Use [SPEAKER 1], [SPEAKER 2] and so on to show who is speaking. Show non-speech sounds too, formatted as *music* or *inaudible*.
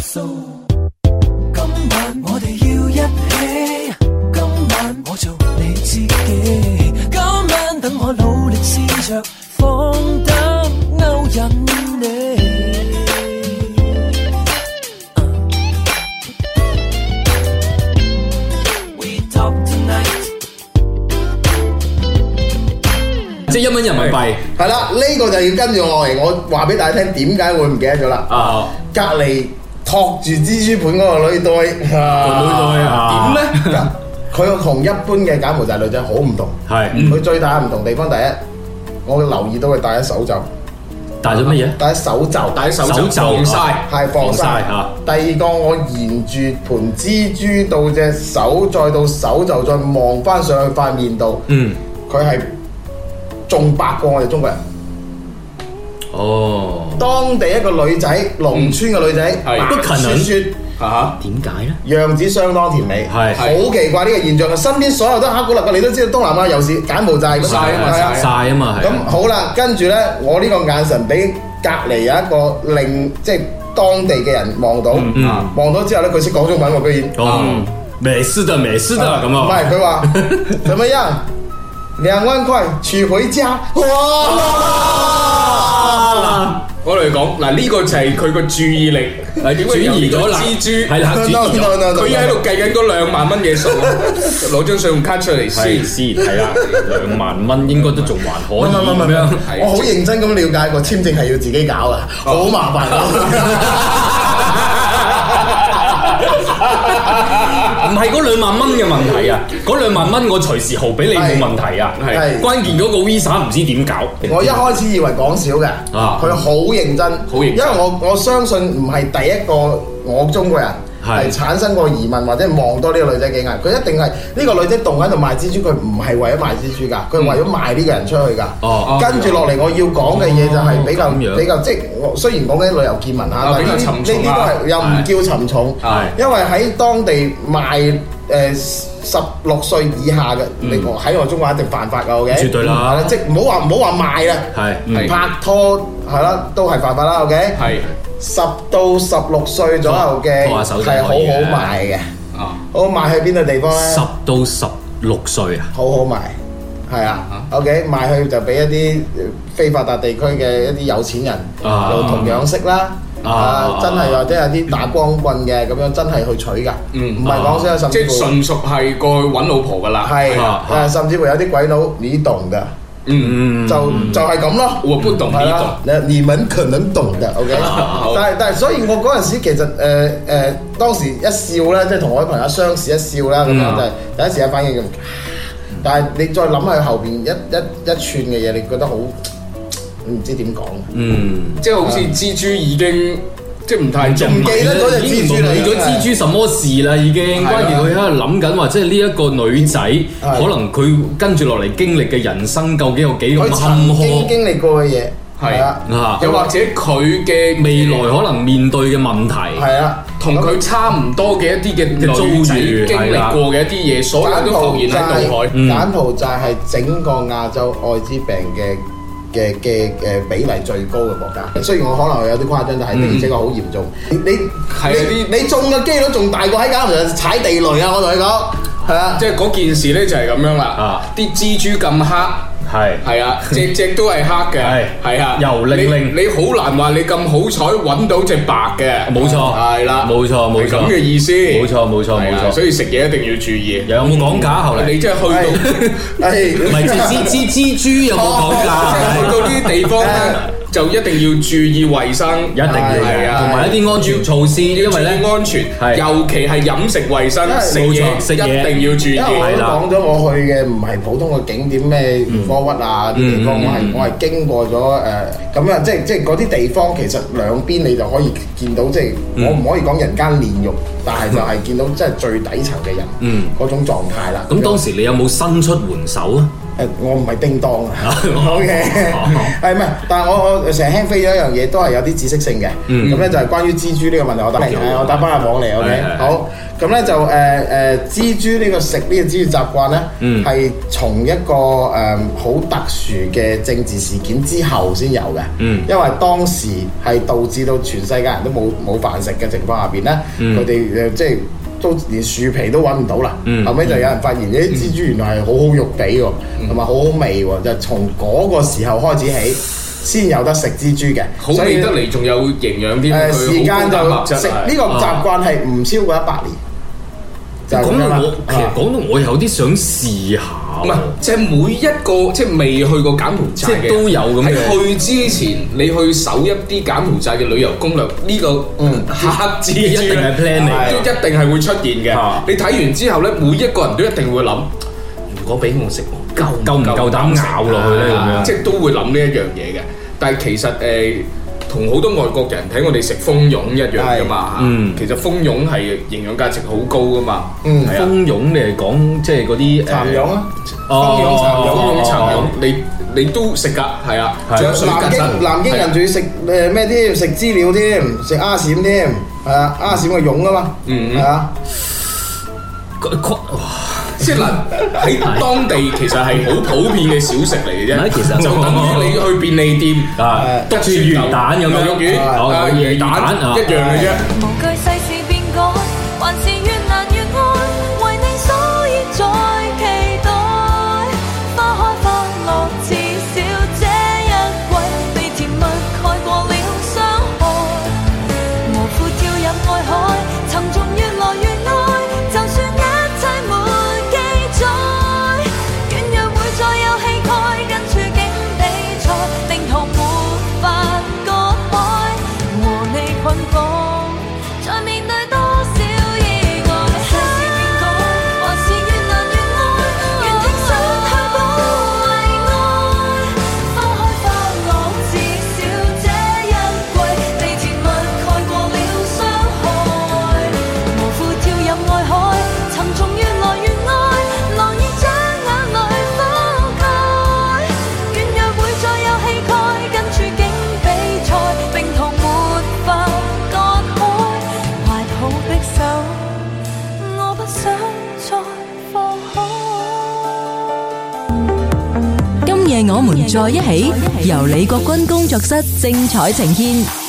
[SPEAKER 1] 素。今晚我哋要一起，今晚我做你知己。今晚等我努力試着放膽勾引你。We talk tonight.
[SPEAKER 2] 即係一蚊人民幣
[SPEAKER 3] 係啦，呢個就要跟住我嚟，我話俾大家聽點解會唔記得咗啦。
[SPEAKER 2] 啊，
[SPEAKER 3] 隔離托住蜘蛛盤嗰個女袋，
[SPEAKER 2] 女袋啊
[SPEAKER 3] 點咧？嗱佢個同一般嘅柬埔寨女仔好唔同，
[SPEAKER 2] 係
[SPEAKER 3] 佢最大嘅唔同地方第一，我留意到佢戴咗手袖，
[SPEAKER 2] 帶咗乜嘢？
[SPEAKER 3] 戴咗手袖，
[SPEAKER 4] 戴手
[SPEAKER 2] 手
[SPEAKER 4] 就
[SPEAKER 2] 袖
[SPEAKER 4] 放晒
[SPEAKER 2] 啊，
[SPEAKER 3] 係防
[SPEAKER 2] 防曬
[SPEAKER 3] 曬
[SPEAKER 2] 嚇。
[SPEAKER 3] 第二個我沿住盤蜘蛛到隻手，再到手就再望翻上去塊面度，
[SPEAKER 2] 嗯，
[SPEAKER 3] 佢係仲白過我哋中國人。
[SPEAKER 2] 哦，
[SPEAKER 3] 當地一個女仔，農村嘅女仔，
[SPEAKER 4] 嗯係
[SPEAKER 3] 白雪雪，
[SPEAKER 4] 嚇
[SPEAKER 2] 點解咧？
[SPEAKER 3] 樣子相當甜美，
[SPEAKER 2] 係
[SPEAKER 3] 好奇怪呢個現象啊！身邊所有都黑古立嘅，你都知道東南亞有時柬埔寨
[SPEAKER 4] 曬啊嘛
[SPEAKER 3] 係
[SPEAKER 4] 曬
[SPEAKER 2] 晒啊嘛，係
[SPEAKER 3] 咁
[SPEAKER 2] 啊。
[SPEAKER 3] 好啦，跟住呢，我呢個眼神俾隔離有一個令即係當地嘅人望到，
[SPEAKER 2] 嗯
[SPEAKER 3] 望到之後呢，佢識講中文喎，居然。
[SPEAKER 2] 哦，美斯的美斯的咁
[SPEAKER 3] 唔係
[SPEAKER 2] 啊，*laughs*
[SPEAKER 3] 佢話怎麼樣？兩萬塊娶回家，哇！
[SPEAKER 4] 我哋講嗱，呢個就係佢個注意力
[SPEAKER 2] 啊係
[SPEAKER 4] 點解
[SPEAKER 2] 轉移咗啦
[SPEAKER 4] 由呢個蜘蛛
[SPEAKER 2] 係啦，轉
[SPEAKER 3] No,
[SPEAKER 2] 移
[SPEAKER 3] no,
[SPEAKER 2] 咗
[SPEAKER 3] no, no, no.
[SPEAKER 4] 佢喺度計緊嗰兩萬蚊
[SPEAKER 3] *laughs*
[SPEAKER 4] 嘅數，攞張信用卡出嚟
[SPEAKER 2] 係
[SPEAKER 4] 先。
[SPEAKER 2] 先係啦，兩萬蚊應該都仲還可
[SPEAKER 3] 唔係唔係唔
[SPEAKER 2] 以咁
[SPEAKER 3] 係
[SPEAKER 2] 樣。
[SPEAKER 4] 係
[SPEAKER 3] 我好認真咁了解過，簽證係要自己搞噶，好麻煩
[SPEAKER 2] 唔係嗰兩萬蚊嘅問題啊，嗰兩萬蚊我隨時豪俾你冇問題啊，
[SPEAKER 3] 係
[SPEAKER 2] 係
[SPEAKER 3] 係
[SPEAKER 2] 關鍵嗰個 Visa 唔知點搞。
[SPEAKER 3] 我一開始以為講少嘅，
[SPEAKER 2] 啊
[SPEAKER 3] 佢好認真，
[SPEAKER 4] 啊好認
[SPEAKER 3] 因
[SPEAKER 4] 真
[SPEAKER 3] 為我我相信唔係第一個我中國人
[SPEAKER 2] 係
[SPEAKER 3] 係產生過疑問或者望多呢個女仔幾眼，佢一定係呢個女仔動喺度賣蜘蛛，佢唔係為咗賣蜘蛛㗎，佢係為咗賣呢個人出去
[SPEAKER 4] 嗯
[SPEAKER 3] 㗎。
[SPEAKER 2] 哦
[SPEAKER 3] 跟住落嚟我要講嘅嘢就係比較
[SPEAKER 2] 哦咁樣
[SPEAKER 3] 比較即係我雖然講緊旅遊見聞嚇，
[SPEAKER 4] 啊
[SPEAKER 3] 但
[SPEAKER 4] 比較
[SPEAKER 3] 呢呢
[SPEAKER 4] 沉重
[SPEAKER 3] 啲
[SPEAKER 4] 啊
[SPEAKER 3] 都係又唔叫沉重
[SPEAKER 4] 係，
[SPEAKER 3] 因為喺當地賣誒十六歲以下嘅，你
[SPEAKER 4] 嗯
[SPEAKER 3] 我喺我中國一定犯法㗎，OK？
[SPEAKER 2] 絕對啦
[SPEAKER 3] 係即係唔好話唔好話賣啦。
[SPEAKER 2] 係
[SPEAKER 4] 係
[SPEAKER 3] 拍拖係啦，都係犯法啦，OK？
[SPEAKER 4] 係
[SPEAKER 3] 十到十六歲左右嘅
[SPEAKER 2] 拖下手都
[SPEAKER 3] 係好好
[SPEAKER 2] 可以嘅
[SPEAKER 3] 賣嘅，
[SPEAKER 4] 啊，
[SPEAKER 3] 好好賣去邊個地方咧？
[SPEAKER 2] 十到十六歲啊，
[SPEAKER 3] 好好賣，係啊，OK，賣 à. 去就俾一啲呃非發達地區嘅一啲有錢人，
[SPEAKER 2] 啊
[SPEAKER 3] 就同樣識啦。
[SPEAKER 2] 啊
[SPEAKER 3] 啊！真係或者有啲打光棍嘅咁樣，真係去取㗎，
[SPEAKER 4] 嗯
[SPEAKER 2] Ừ.
[SPEAKER 3] 唔係
[SPEAKER 2] À.
[SPEAKER 3] 講笑，甚
[SPEAKER 4] 即
[SPEAKER 3] 至
[SPEAKER 4] 係
[SPEAKER 3] 乎
[SPEAKER 4] 純屬係過去揾老婆噶啦。
[SPEAKER 3] 係
[SPEAKER 2] 啊
[SPEAKER 3] 誒，甚至乎有啲鬼佬你懂嘅，
[SPEAKER 4] 嗯，
[SPEAKER 3] 就就係咁咯。
[SPEAKER 4] 我不懂呢
[SPEAKER 3] 係
[SPEAKER 4] 度
[SPEAKER 3] 啦。，你你們可能懂嘅，OK
[SPEAKER 4] 好
[SPEAKER 3] 但係但係，所以我嗰陣時其實誒誒、呃呃，當時一笑咧，即係同我啲朋友相視一笑啦，咁樣就
[SPEAKER 4] 嗯
[SPEAKER 3] 係第一時間反應咁。但係你再諗下佢後邊一一一串嘅嘢，你覺得好唔知點講。
[SPEAKER 2] 嗯，
[SPEAKER 4] 即係好似蜘蛛已經即係唔太中
[SPEAKER 3] 唔啊記得咗隻蜘蛛啦
[SPEAKER 2] 理咗蜘蛛什麼事啦，已經。
[SPEAKER 4] 係啊
[SPEAKER 2] 關鍵佢喺度諗緊話，即係呢一個女仔，可能佢跟住落嚟經歷嘅人生究竟有幾
[SPEAKER 3] 佢
[SPEAKER 2] 咁坎
[SPEAKER 3] 曾經
[SPEAKER 2] 坷，
[SPEAKER 3] 經歷過嘅嘢
[SPEAKER 4] 係
[SPEAKER 3] 啊，
[SPEAKER 2] 啊
[SPEAKER 4] 又或者佢嘅
[SPEAKER 2] 未來可能面對嘅問題，
[SPEAKER 3] 係啊，
[SPEAKER 4] 同佢差唔多嘅一啲嘅
[SPEAKER 2] 嘅遭遇
[SPEAKER 4] 女仔經
[SPEAKER 2] 係啦
[SPEAKER 4] 歷過嘅一啲嘢，所有都浮現喺腦海。
[SPEAKER 2] 嗯
[SPEAKER 3] 柬埔寨係整個亞洲艾滋病嘅嘅嘅誒比例最高嘅國家。雖然我可能有啲誇張，但係的而且確好嚴重。你
[SPEAKER 4] 嗯係啊
[SPEAKER 3] 你你你中嘅機率仲大過喺柬埔寨踩地雷啊！我同你講，係啊
[SPEAKER 4] 即。係嗰件事咧就係咁樣啦
[SPEAKER 2] 啊，
[SPEAKER 4] 啲蜘蛛咁黑。
[SPEAKER 2] 係 *laughs*
[SPEAKER 4] 係啊，隻隻都係黑嘅，
[SPEAKER 2] 係
[SPEAKER 4] 係啊，
[SPEAKER 2] 油令令
[SPEAKER 4] 你你好難話你咁好彩揾到隻白嘅，
[SPEAKER 2] 冇錯
[SPEAKER 4] 係啦，
[SPEAKER 2] 冇錯冇錯
[SPEAKER 4] 係咁嘅意思，
[SPEAKER 2] 冇錯冇錯
[SPEAKER 4] 係啊
[SPEAKER 2] 冇錯
[SPEAKER 4] 所以食嘢一定要注意。
[SPEAKER 2] 有冇講假後嚟？
[SPEAKER 4] 你真係
[SPEAKER 2] *laughs*
[SPEAKER 4] 去 *laughs*
[SPEAKER 3] 係
[SPEAKER 4] 到，
[SPEAKER 3] 係
[SPEAKER 2] 唔係
[SPEAKER 3] *laughs*
[SPEAKER 2] 蜘蜘蜘蛛有冇講
[SPEAKER 4] 即係去
[SPEAKER 2] 價？
[SPEAKER 4] 到呢啲地方咧，就一定要注意衞生，
[SPEAKER 2] 一定要
[SPEAKER 4] 係
[SPEAKER 2] 嘅，
[SPEAKER 4] 啊，
[SPEAKER 2] 同埋一啲安全措施，因
[SPEAKER 4] 要注
[SPEAKER 2] 為
[SPEAKER 4] 意
[SPEAKER 2] 咧
[SPEAKER 4] 安全，
[SPEAKER 2] 係
[SPEAKER 4] 尤其係飲食衞生，食
[SPEAKER 2] 冇
[SPEAKER 4] 嘢
[SPEAKER 2] 錯食嘢
[SPEAKER 4] 一定要注
[SPEAKER 3] 因為
[SPEAKER 4] 意。
[SPEAKER 3] 我
[SPEAKER 2] 係啦嗯
[SPEAKER 3] 都講咗，我去嘅唔係普通嘅景點咩科屈啊啲地方，我係我係經過咗誒咁樣，啊即係即係嗰啲地方其實兩邊你就可以見到，即係
[SPEAKER 2] 嗯
[SPEAKER 3] 我唔可以講人間煉獄，但係就係見到即係最底層嘅人
[SPEAKER 2] 嗯
[SPEAKER 3] 嗰種狀態啦。
[SPEAKER 2] 咁當時你有冇伸出援手啊？
[SPEAKER 3] 誒，我唔係叮當
[SPEAKER 2] *laughs*
[SPEAKER 3] 啊
[SPEAKER 2] 哦
[SPEAKER 3] ，OK，係唔係？但係我我成日輕飛咗一樣嘢，都係有啲知識性嘅。
[SPEAKER 2] 嗯
[SPEAKER 3] 咁咧就係關於蜘蛛呢個問題，我打嚟，
[SPEAKER 2] 好
[SPEAKER 3] 係我打翻入網嚟
[SPEAKER 2] 係
[SPEAKER 3] 啊，OK，
[SPEAKER 2] 係係
[SPEAKER 3] 好。咁咧就誒誒、呃蜘蛛呢個食呢個蜘蛛習慣咧，
[SPEAKER 2] 嗯
[SPEAKER 3] 係、從一個誒呃好、特殊嘅政治事件之後先有嘅。
[SPEAKER 2] 嗯
[SPEAKER 3] 因為當時係導致到全世界人都冇冇飯食嘅情況下邊咧，
[SPEAKER 2] 嗯
[SPEAKER 3] 佢哋呃誒即係。都連樹皮都揾唔到啦，
[SPEAKER 2] 嗯嗯
[SPEAKER 3] 後尾就有人發現呢啲蜘蛛原來係好好肉地喎，同埋好好味喎，就從嗰個時候開始起，先有得食蜘蛛嘅。
[SPEAKER 4] 好味得嚟，仲有營養添。
[SPEAKER 3] 誒
[SPEAKER 4] 佢
[SPEAKER 3] 呃時間
[SPEAKER 4] 好高蛋白
[SPEAKER 3] 就
[SPEAKER 4] 質
[SPEAKER 3] 食
[SPEAKER 4] 啊係啊
[SPEAKER 3] 呢個習慣係唔超過一百年，就係
[SPEAKER 2] 講
[SPEAKER 3] 咁
[SPEAKER 2] 到
[SPEAKER 3] 樣啦
[SPEAKER 2] 我，其實
[SPEAKER 3] 啊
[SPEAKER 2] 講到我有啲想試下啊
[SPEAKER 4] 唔
[SPEAKER 2] 喎。
[SPEAKER 4] 係，啊即係每一個即係未去過柬埔
[SPEAKER 2] 即
[SPEAKER 4] 寨嘅，
[SPEAKER 2] 係都有咁嘅
[SPEAKER 4] 喺去之前，你去搜一啲柬埔寨嘅旅遊攻略，呢個
[SPEAKER 3] 嗯
[SPEAKER 4] 黑蜘蛛
[SPEAKER 2] 一定係 plan 嚟嘅
[SPEAKER 4] 都一定係會出現嘅
[SPEAKER 2] 啊。
[SPEAKER 4] 你睇完之後咧，每一個人都一定會諗，如果俾我食，我夠啊
[SPEAKER 2] 夠唔夠膽咬落去咧咁樣
[SPEAKER 4] 即係都會諗呢一樣嘢嘅。但係其實誒。同好多外國人睇我哋食蜂蛹一樣噶嘛，
[SPEAKER 2] 嗯
[SPEAKER 4] 其實蜂蛹係營養價值好高噶嘛，
[SPEAKER 3] 嗯
[SPEAKER 4] 係啊
[SPEAKER 2] 蜂蛹你係講即係嗰啲
[SPEAKER 3] 蠶蛹啊，
[SPEAKER 4] 哦
[SPEAKER 2] 蜂
[SPEAKER 3] 蛹蠶
[SPEAKER 4] 有
[SPEAKER 3] 蛹
[SPEAKER 4] 用層用，你你都食㗎，係啊，
[SPEAKER 2] 係
[SPEAKER 4] 仲有水
[SPEAKER 3] 南
[SPEAKER 4] 曱甴
[SPEAKER 3] 京南京人仲要食誒咩添？食資料添，食鴉鳝添，係啊，鴉鳝個蛹啊嘛，
[SPEAKER 4] 嗯
[SPEAKER 3] 係啊，
[SPEAKER 4] 即係嗱喺當地其實係好普遍嘅小食嚟嘅
[SPEAKER 2] 唔
[SPEAKER 4] 啫，
[SPEAKER 2] 係其實
[SPEAKER 4] 就等於你去便利店
[SPEAKER 2] 啊
[SPEAKER 3] 誒，
[SPEAKER 2] 篤住魚蛋咁
[SPEAKER 4] 牛肉
[SPEAKER 2] 樣，
[SPEAKER 4] 丸
[SPEAKER 2] 哦
[SPEAKER 4] 啊
[SPEAKER 2] 有
[SPEAKER 4] 魚
[SPEAKER 2] 魚蛋
[SPEAKER 4] 蛋
[SPEAKER 2] 啊
[SPEAKER 4] 一樣嘅啫，
[SPEAKER 5] 無懼世事變改，還是越難越愛，為你所以在期待。花開花落，至少這一季被甜蜜蓋過了傷害。無負跳入愛海，沉重越來越愛，就算一切沒記載，軟弱會再有氣概，跟處境比賽，定途沒法割開。和你困局，再面對多少意外？世事變改，還是越難越愛，願挺身去保衞愛。花開花落，至少這一季被甜蜜蓋過了傷害。無負跳入愛海，沉重越來越愛，狼已將眼淚覆蓋。軟弱會再有氣概，跟處境比賽，並同沒法割開，懷抱的手，我不想再放開。
[SPEAKER 6] 今夜我們在一起，由李國君工作室精彩呈現。